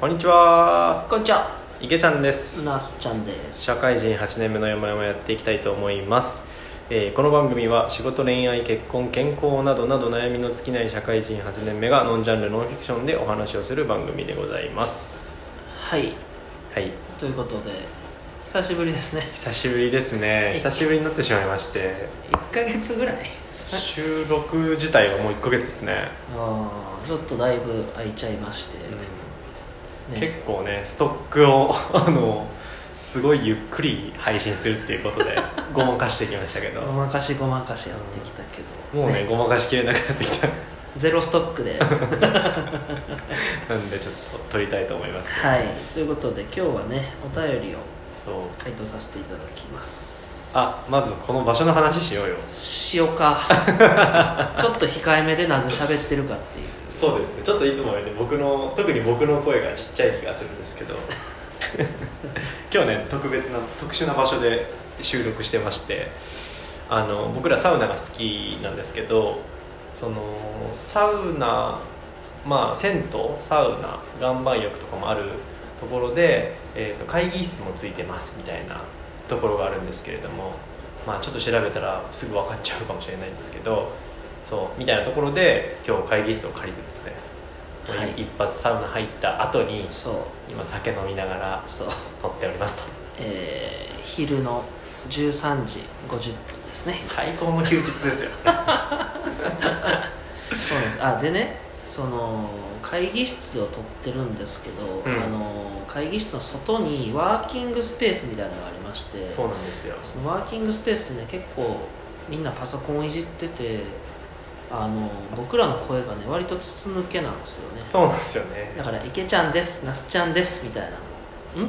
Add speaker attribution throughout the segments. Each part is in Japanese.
Speaker 1: こんにちは
Speaker 2: こんにちは
Speaker 1: いけちゃんです
Speaker 2: ナスちゃんです
Speaker 1: 社会人8年目の山々やっていきたいと思います、えーこの番組は仕事恋愛結婚健康などなど悩みの尽きない社会人8年目がノンジャンルノンフィクションでお話をする番組でございます
Speaker 2: はい
Speaker 1: はい
Speaker 2: ということで久しぶりですね
Speaker 1: 久しぶりですね久しぶりになってしまいまして
Speaker 2: 1ヶ月ぐら い
Speaker 1: 収録自体はもう1ヶ月ですね、
Speaker 2: あーちょっとだいぶ空いちゃいまして、
Speaker 1: 結
Speaker 2: ね、
Speaker 1: 構ねストックをあのすごいゆっくり配信するっていうことでごまかしてきましたけど
Speaker 2: ご
Speaker 1: も
Speaker 2: まかしごまかしやってきたけど、
Speaker 1: うねごまかしきれなくなってきた
Speaker 2: ゼロストック で
Speaker 1: な
Speaker 2: は
Speaker 1: んでちょっと撮りたいと思います、
Speaker 2: いということで今日はねお便りを
Speaker 1: そう
Speaker 2: 回答させていただきます
Speaker 1: あまずこの場所の話しようよ
Speaker 2: しよう かちょっと控えめでなぜ喋ってるかっていう
Speaker 1: そうですねちょっといつもより僕の特に僕の声がちっちゃい気がするんですけど今日ね特別な特殊な場所で収録してましてあの僕らサウナが好きなんですけどそのサウナまあ銭湯サウナ岩盤浴とかもあるところで、えー、と会議室もついてますみたいなところがあるんですけれども、まあ、ちょっと調べたらすぐ分かっちゃうかもしれないんですけどそうみたいなところで今日会議室を借りてですね、もう
Speaker 2: はい
Speaker 1: 一発サウナ入った後に
Speaker 2: そう
Speaker 1: 今酒飲みながら
Speaker 2: そう
Speaker 1: 撮っておりますと、
Speaker 2: えー昼の13時50分ですね
Speaker 1: 最高の休日です よ
Speaker 2: そうなんですあでねその会議室を取ってるんですけど、
Speaker 1: うん
Speaker 2: あの会議室の外にワーキングスペースみたいなのがありまして
Speaker 1: そうなんですよ
Speaker 2: そのワーキングスペースでね結構みんなパソコンをいじっててあの僕らの声がね割と筒抜けなんですよね
Speaker 1: そうなんですよね
Speaker 2: だから「いけちゃんですなすちゃんです」みたいな「ん?」っ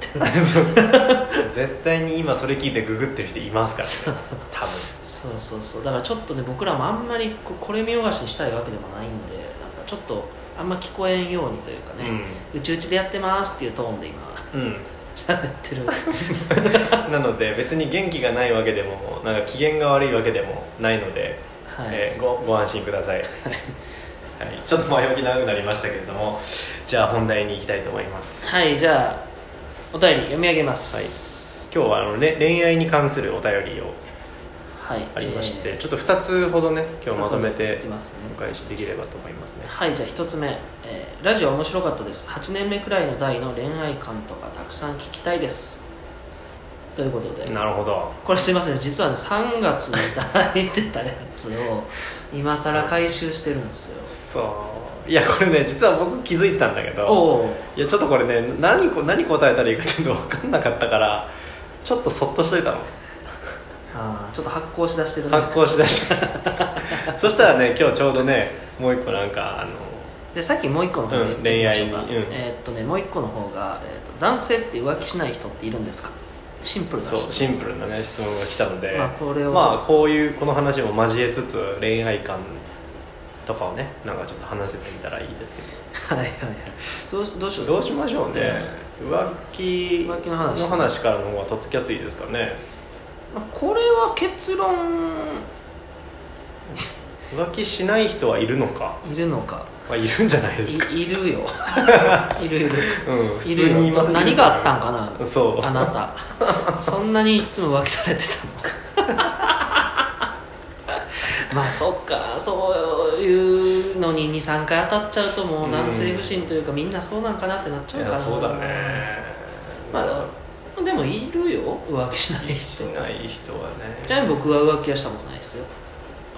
Speaker 2: てなって る
Speaker 1: 絶対に今それ聞いてググってる人いますから
Speaker 2: そう
Speaker 1: 多分
Speaker 2: そうそうそうだからちょっとね僕らもあんまりこうこれ見よがしにしたいわけでもないんでなんかちょっとあんま聞こえんようにというかね、うちうちでやってますっていうトーンで今
Speaker 1: うん、うん、
Speaker 2: 喋ってる
Speaker 1: なので別に元気がないわけでもなんか機嫌が悪いわけでもないので、
Speaker 2: はい、
Speaker 1: えーごご安心ください、はい、 ちょっと前置き長くなりましたけれどもじゃあ本題に行きたいと思います
Speaker 2: はいじゃあお便り読み上げます
Speaker 1: 今日はあの、ね、恋愛に関するお便りを
Speaker 2: はい、
Speaker 1: ありまして、
Speaker 2: えー
Speaker 1: ちょっと2つほどね今日まとめ
Speaker 2: い
Speaker 1: て
Speaker 2: きますね
Speaker 1: お返しできればと思いますね
Speaker 2: はいじゃあ1つ目、えーラジオ面白かったです8年目くらいの代の恋愛観とかたくさん聞きたいですということで
Speaker 1: なるほど
Speaker 2: これすいません実はね3月にいただいてたやつ を今更回収してるんですよ
Speaker 1: そういやこれね実は僕気づいてたんだけど
Speaker 2: おお
Speaker 1: いやちょっとこれね何こ何答えたらいいかちょっと分かんなかったからちょっとそっとしといたの
Speaker 2: あーちょっと発酵しだしてるね
Speaker 1: 発行しだした そしたらね今日ちょうどねもう一個なんかあの
Speaker 2: でさっきもう一個の方
Speaker 1: うん恋愛に
Speaker 2: 言ってみましょう
Speaker 1: う
Speaker 2: か
Speaker 1: ん
Speaker 2: えーっとねもう一個の方が、えーっと男性って浮気しない人っているんですかシンプルな
Speaker 1: そう
Speaker 2: 質
Speaker 1: シ
Speaker 2: 問
Speaker 1: ンプルなね質問が来たので、
Speaker 2: まあこれを
Speaker 1: まあこういうこの話も交えつつ恋愛観とかをねなんかちょっと話せてみたらいいですけど
Speaker 2: はいはいはいどうしどうしよう
Speaker 1: どうしましょうね、浮気
Speaker 2: 浮気の話
Speaker 1: からの方がとっつきやすいですかね
Speaker 2: まあこれは結論
Speaker 1: 浮気しない人はいるのか、
Speaker 2: いるのか
Speaker 1: まあ、いるんじゃないですか
Speaker 2: いい るよいるいる
Speaker 1: うん
Speaker 2: いるよ
Speaker 1: まだい
Speaker 2: 何
Speaker 1: ると思います
Speaker 2: があったんか
Speaker 1: そう
Speaker 2: なあな たそんなにいつも浮気されてたのか まあそっかそういうのに23回当たっちゃうともう男性不信というかみんなそうなんかなってなっちゃう
Speaker 1: い
Speaker 2: か
Speaker 1: や
Speaker 2: ら
Speaker 1: そうだね
Speaker 2: まあでもいるよ浮気しない
Speaker 1: し
Speaker 2: 人
Speaker 1: ない人はね
Speaker 2: ちなみに僕は浮気はしたことないですよ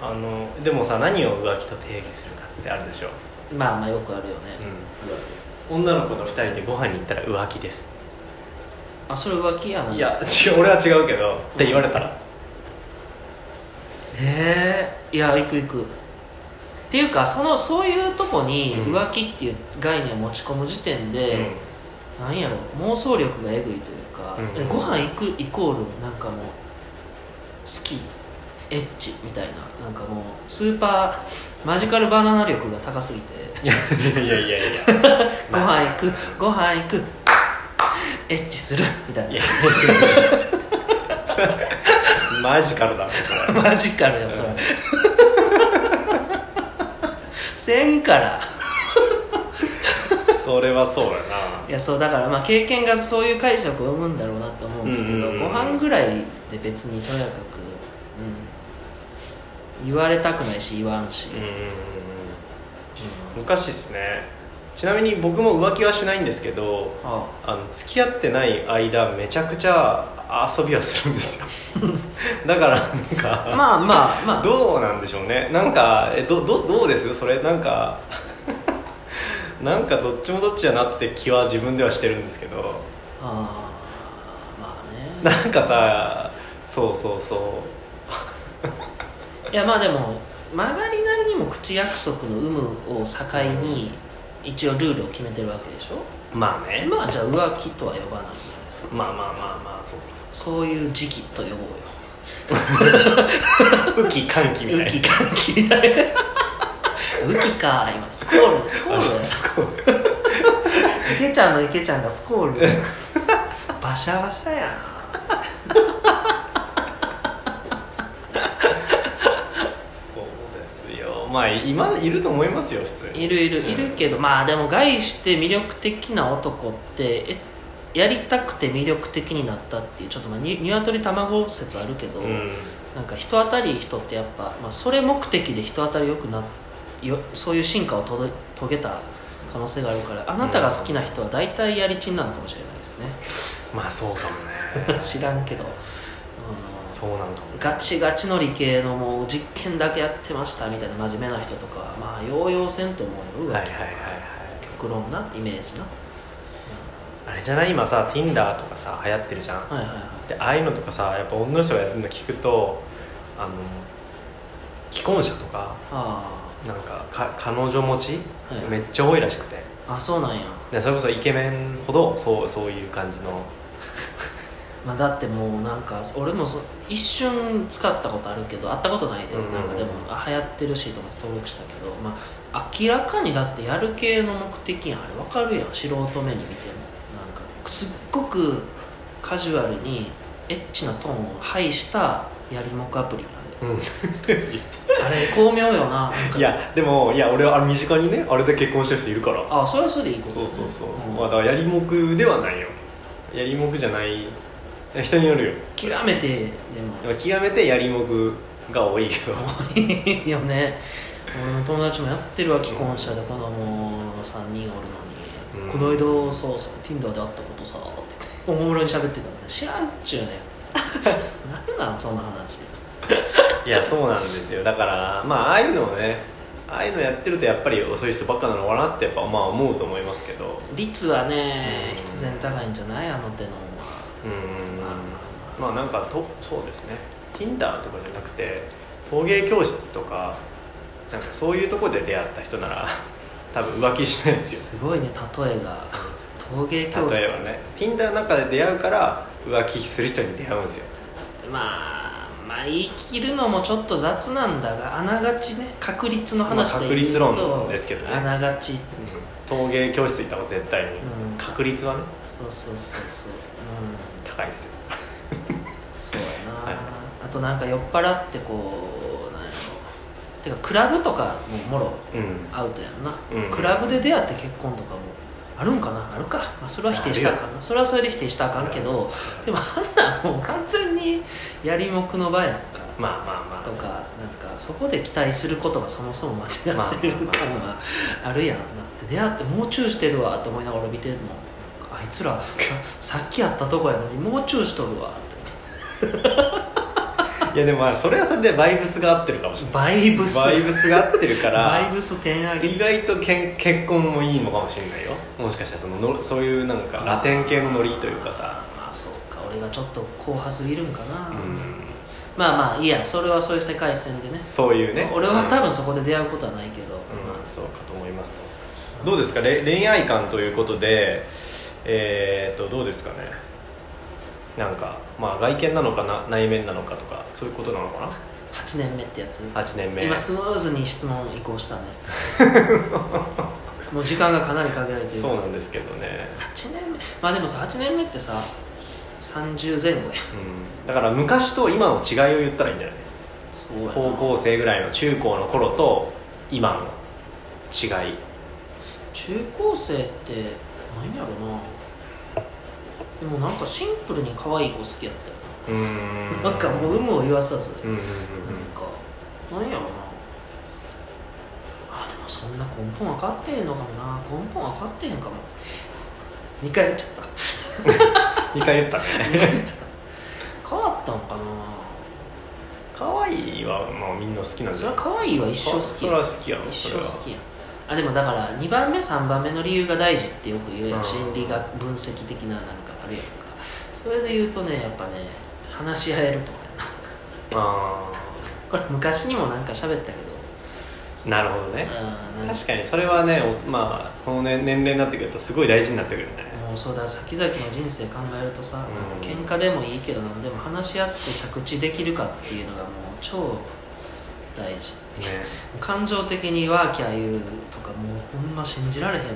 Speaker 1: あのでもさ何を浮気と定義するかってあるでしょ、
Speaker 2: まあまあよくあるよね、
Speaker 1: うん、女の子と二人でご飯に行ったら浮気です
Speaker 2: あそれ浮気やない
Speaker 1: や違う俺は違うけどって言われたら
Speaker 2: へえいや行く行くっていうかそのそういうとこに
Speaker 1: うん
Speaker 2: 浮気っていう概念を持ち込む時点
Speaker 1: うん、
Speaker 2: で、なんやろ妄想力がえぐいというか、
Speaker 1: うん
Speaker 2: えご飯行くイコールなんかもう好きエッチみたいななんかもうスーパーマジカルバナナ力が 高すぎて
Speaker 1: い やいやいやいや
Speaker 2: ご飯行くご飯行くエッチするみたい
Speaker 1: い
Speaker 2: な
Speaker 1: やマジカルだねこ
Speaker 2: マジカルよ それせんから
Speaker 1: れそれはそうやない
Speaker 2: やそうだからまあ経験がそういう解釈を生むんだろうなと思うんですけど、
Speaker 1: うんうんうん
Speaker 2: ご飯ぐらいで別にとやかく、うん、言われたくないし言わんし、
Speaker 1: うんうんうん
Speaker 2: う
Speaker 1: うんん昔っすねちなみに僕も浮気はしないんですけど
Speaker 2: あ
Speaker 1: あの付き合ってない間めちゃくちゃ遊びはするんですよ だからなんか
Speaker 2: あまあまあまあ
Speaker 1: どうなんでしょうねなんかえどどどうですそれなんか なんかどっちもどっちやなって気は自分ではしてるんですけど
Speaker 2: あーまあね
Speaker 1: なんかさそうそうそ
Speaker 2: いやまあでも曲がりなりにも口約束の有無を境に一応ルールを決めてるわけでしょ
Speaker 1: うまあね
Speaker 2: まあじゃあ浮気とは呼ばないんじゃないですか
Speaker 1: まあまあまあまあそうかそ
Speaker 2: そういう時期と呼ぼうよ
Speaker 1: うか雨季歓喜みたいな
Speaker 2: ウキかみたいなウキか今スコールスコールだよ池ちゃんの池ちゃんがスコールバシャバシャや
Speaker 1: そうですよまあ今いると思いますよ普通
Speaker 2: ん
Speaker 1: に
Speaker 2: いるいるいるけど、まあでも害して魅力的な男ってえやりたくて魅力的になったっていうちょっとまあに鶏卵説あるけど、
Speaker 1: うん
Speaker 2: なんか人当たりいい人ってやっぱ、まあ、それ目的で人当たり良くなよそういう進化をとど遂げた可能性があるからあなたが好きな人は大体やりちんなのかもしれないですね、
Speaker 1: まあそうかもね
Speaker 2: 知らんけど、うん
Speaker 1: そうなんかも
Speaker 2: ガチガチの理系のもう実験だけやってましたみたいな真面目な人とかはまあようようせんと思うよ
Speaker 1: はいは
Speaker 2: 浮
Speaker 1: い
Speaker 2: 気と
Speaker 1: はいはい
Speaker 2: か極論なイメージな、
Speaker 1: あれじゃない今さ Tinder とかさ流行ってるじゃん
Speaker 2: はいはいはい
Speaker 1: でああいうのとかさやっぱ女の人がやってるの聞くとあの既婚者とか
Speaker 2: あ
Speaker 1: なんかか彼女持ち、
Speaker 2: はい
Speaker 1: めっちゃ多いらしくて
Speaker 2: ああそうなんや、
Speaker 1: でそれこそイケメンほどそうそういう感じの
Speaker 2: まあ、だってもうなんか俺もそ一瞬使ったことあるけど会ったことないで、
Speaker 1: うんうんうん
Speaker 2: なんかでもあ流行ってるしと思って登録したけど、まあ、明らかにだってやる系の目的やんあれ分かるやん素人目に見てもなんかすっごくカジュアルにエッチなトーンを排したやりもくアプリ
Speaker 1: う
Speaker 2: なんんであれ巧妙よななんか
Speaker 1: いやでもいや俺はあの身近にねあれで結婚してる人いるから
Speaker 2: あそれはそれでいいこと
Speaker 1: そうそうそうそう、
Speaker 2: ん
Speaker 1: まあ、だからやりもくではないよやりもくじゃない人によるよ
Speaker 2: 極めてでも
Speaker 1: でも極めてやりもくが多いけど
Speaker 2: いいよね俺の友達もやってるわ既婚者で子供3人おる
Speaker 1: うん
Speaker 2: のに「この間そうそう Tinder で会ったことさ」って言っておもむろに喋ってたんで知らんっちゅうねんなんなんそんな話
Speaker 1: いやそうなんですよだからまあああいうのをねああいうのやってるとやっぱりそういう人ばっかなのかなってやっぱまあ思うと思いますけど
Speaker 2: 率はね
Speaker 1: うん
Speaker 2: 必然高いんじゃないあの手の
Speaker 1: う
Speaker 2: まあまあ
Speaker 1: ーんまあなんかとそうですね Tinder とかじゃなくて陶芸教室とかなんかそういうとこで出会った人なら多分浮気しないですよ
Speaker 2: すごいね例えが陶芸教室
Speaker 1: 例えばね Tinder の中で出会うから浮気する人に出会うんですよ
Speaker 2: まあまあ言い切るのもちょっと雑なんだがあながちね確率の話で言うと、
Speaker 1: まあ確率論ですけどね
Speaker 2: あながち
Speaker 1: 陶芸教室行った方が絶対に、
Speaker 2: うん
Speaker 1: 確率はね
Speaker 2: そうそうそうそううん
Speaker 1: 高いですよ
Speaker 2: そうやな、
Speaker 1: はい
Speaker 2: あとなんか酔っ払ってこうなんやろてかクラブとかももろ
Speaker 1: うん
Speaker 2: アウトやんな、
Speaker 1: うん
Speaker 2: クラブで出会って結婚とかもあるんかなあるか、まあ、それは否定したらあかんなそれはそれで否定したらあかんけどでもあんなんもう完全にやりもくの場やんか
Speaker 1: まあまあまあ
Speaker 2: とかなんかそこで期待することがそもそも間違ってる
Speaker 1: まあ
Speaker 2: 感はあるやんだって出会ってもうチューしてるわって思いながら見てんのあいつらささっきやったとこやのにもうチューしとるわって
Speaker 1: いやでもまあそれはそれでバイブスが合ってるかもしれない
Speaker 2: バイブス
Speaker 1: バイブスが合ってるか
Speaker 2: バイ
Speaker 1: ら
Speaker 2: ブス点上
Speaker 1: 意
Speaker 2: げ
Speaker 1: 外とけん結婚もいいのかもしれないよもしかしたらそののそういうなんかラテン系のノリというかさ
Speaker 2: まあそうか俺がちょっと後派すぎるんかな、
Speaker 1: うん
Speaker 2: まあまあいいやそれはそういう世界線でね
Speaker 1: そういうね
Speaker 2: 俺は多分そこで出会うことはないけど、
Speaker 1: うんそうかと思いますとどうですかれ恋愛観ということでえー、っとどうですかねなんかまあ外見なのかな内面なのかとかそういうことなのか
Speaker 2: 8年目ってやつ
Speaker 1: な8年目
Speaker 2: 今スムーズに質問移行した ねもう時間がかなり限られてる
Speaker 1: そうなんですけどね
Speaker 2: 8年目まあでもさ8年目ってさ30前後や
Speaker 1: うんだから昔と今の違いを言ったらいいんじゃない
Speaker 2: そうやな
Speaker 1: 高校生ぐらいの中高の頃と今の違い
Speaker 2: 中中高生って何やろなでもなんかシンプルに可愛い子好きやったよ
Speaker 1: うーん
Speaker 2: ななんかもう有無を言わさず
Speaker 1: うんうんうん
Speaker 2: なんかなんやろなあでもそんな根本分かってへんのかもな根本分かってへんかも2回言っちゃっ
Speaker 1: 2回言 ったね
Speaker 2: た二回言っちゃった変わったんかな
Speaker 1: 可愛いはまあみんな好きなん
Speaker 2: そ
Speaker 1: じ
Speaker 2: れ
Speaker 1: ゃ
Speaker 2: は
Speaker 1: ない
Speaker 2: 可愛いは一生好き
Speaker 1: それは好きやろ
Speaker 2: 一
Speaker 1: そ
Speaker 2: 生
Speaker 1: れは
Speaker 2: 好きやんあでもだから2番目3番目の理由が大事ってよく言うやん、
Speaker 1: うん
Speaker 2: 心理学分析的ななんかあるやんかそれで言うとねやっぱね話し合えるとかやな
Speaker 1: あ
Speaker 2: これ昔にもなんか喋ったけど
Speaker 1: あなるほどね
Speaker 2: うんなんか
Speaker 1: 確かにそれはねおまあこの、ね、年齢になってくるとすごい大事になってくるね
Speaker 2: もうそうだ先々の人生考えるとさ、
Speaker 1: うん
Speaker 2: 喧嘩でもいいけど何でも話し合って着地できるかっていうのがもう超大事
Speaker 1: ね
Speaker 2: 感情的にワーキャー言うとかもうほんま信じられへんもん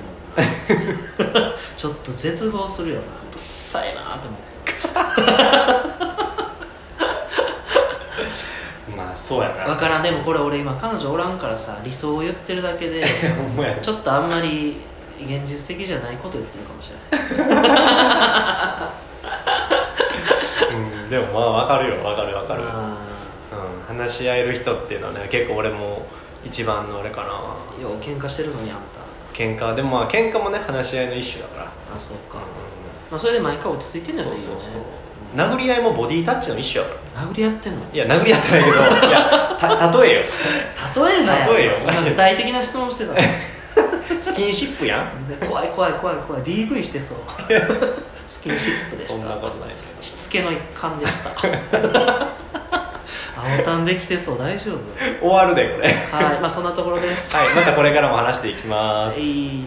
Speaker 2: な ちょっと絶望するよなうるさいなと思って
Speaker 1: まあそうやな
Speaker 2: わからんでもこれ俺今彼女おらんからさ理想を言ってる だけで
Speaker 1: ほんまや
Speaker 2: ちょっとあんまり現実的じゃないこと言ってるかもしれない
Speaker 1: うんでもまあわかるよわかるわかる、
Speaker 2: あ
Speaker 1: うん、話し合える人っていうのはね結構俺も一番のあれかな
Speaker 2: ーよう喧嘩してるのにあん
Speaker 1: 喧嘩でもまあ喧嘩もね話し合いの一種だから、
Speaker 2: たあそうか、
Speaker 1: う
Speaker 2: まあ、それで毎回落ち着いてん
Speaker 1: ん、
Speaker 2: のやっ
Speaker 1: そ
Speaker 2: た
Speaker 1: う
Speaker 2: らいいよ
Speaker 1: そう
Speaker 2: ね
Speaker 1: そう殴り合いもボディタッチの一種やから
Speaker 2: 殴り合ってんの
Speaker 1: いや殴り合ってないけどいやた例えよ
Speaker 2: 例えるなよ
Speaker 1: 例えよ
Speaker 2: 今具体的な質問してたの
Speaker 1: スキンシップやん
Speaker 2: で怖い怖い怖い怖い DV して そうスキンシップでし
Speaker 1: そ
Speaker 2: た
Speaker 1: んなことないけ
Speaker 2: しつけの一環でした 青たんできてそう大丈夫
Speaker 1: ど終わるでこれはい
Speaker 2: はいまあそんなところです
Speaker 1: またこれからも話していきます
Speaker 2: はい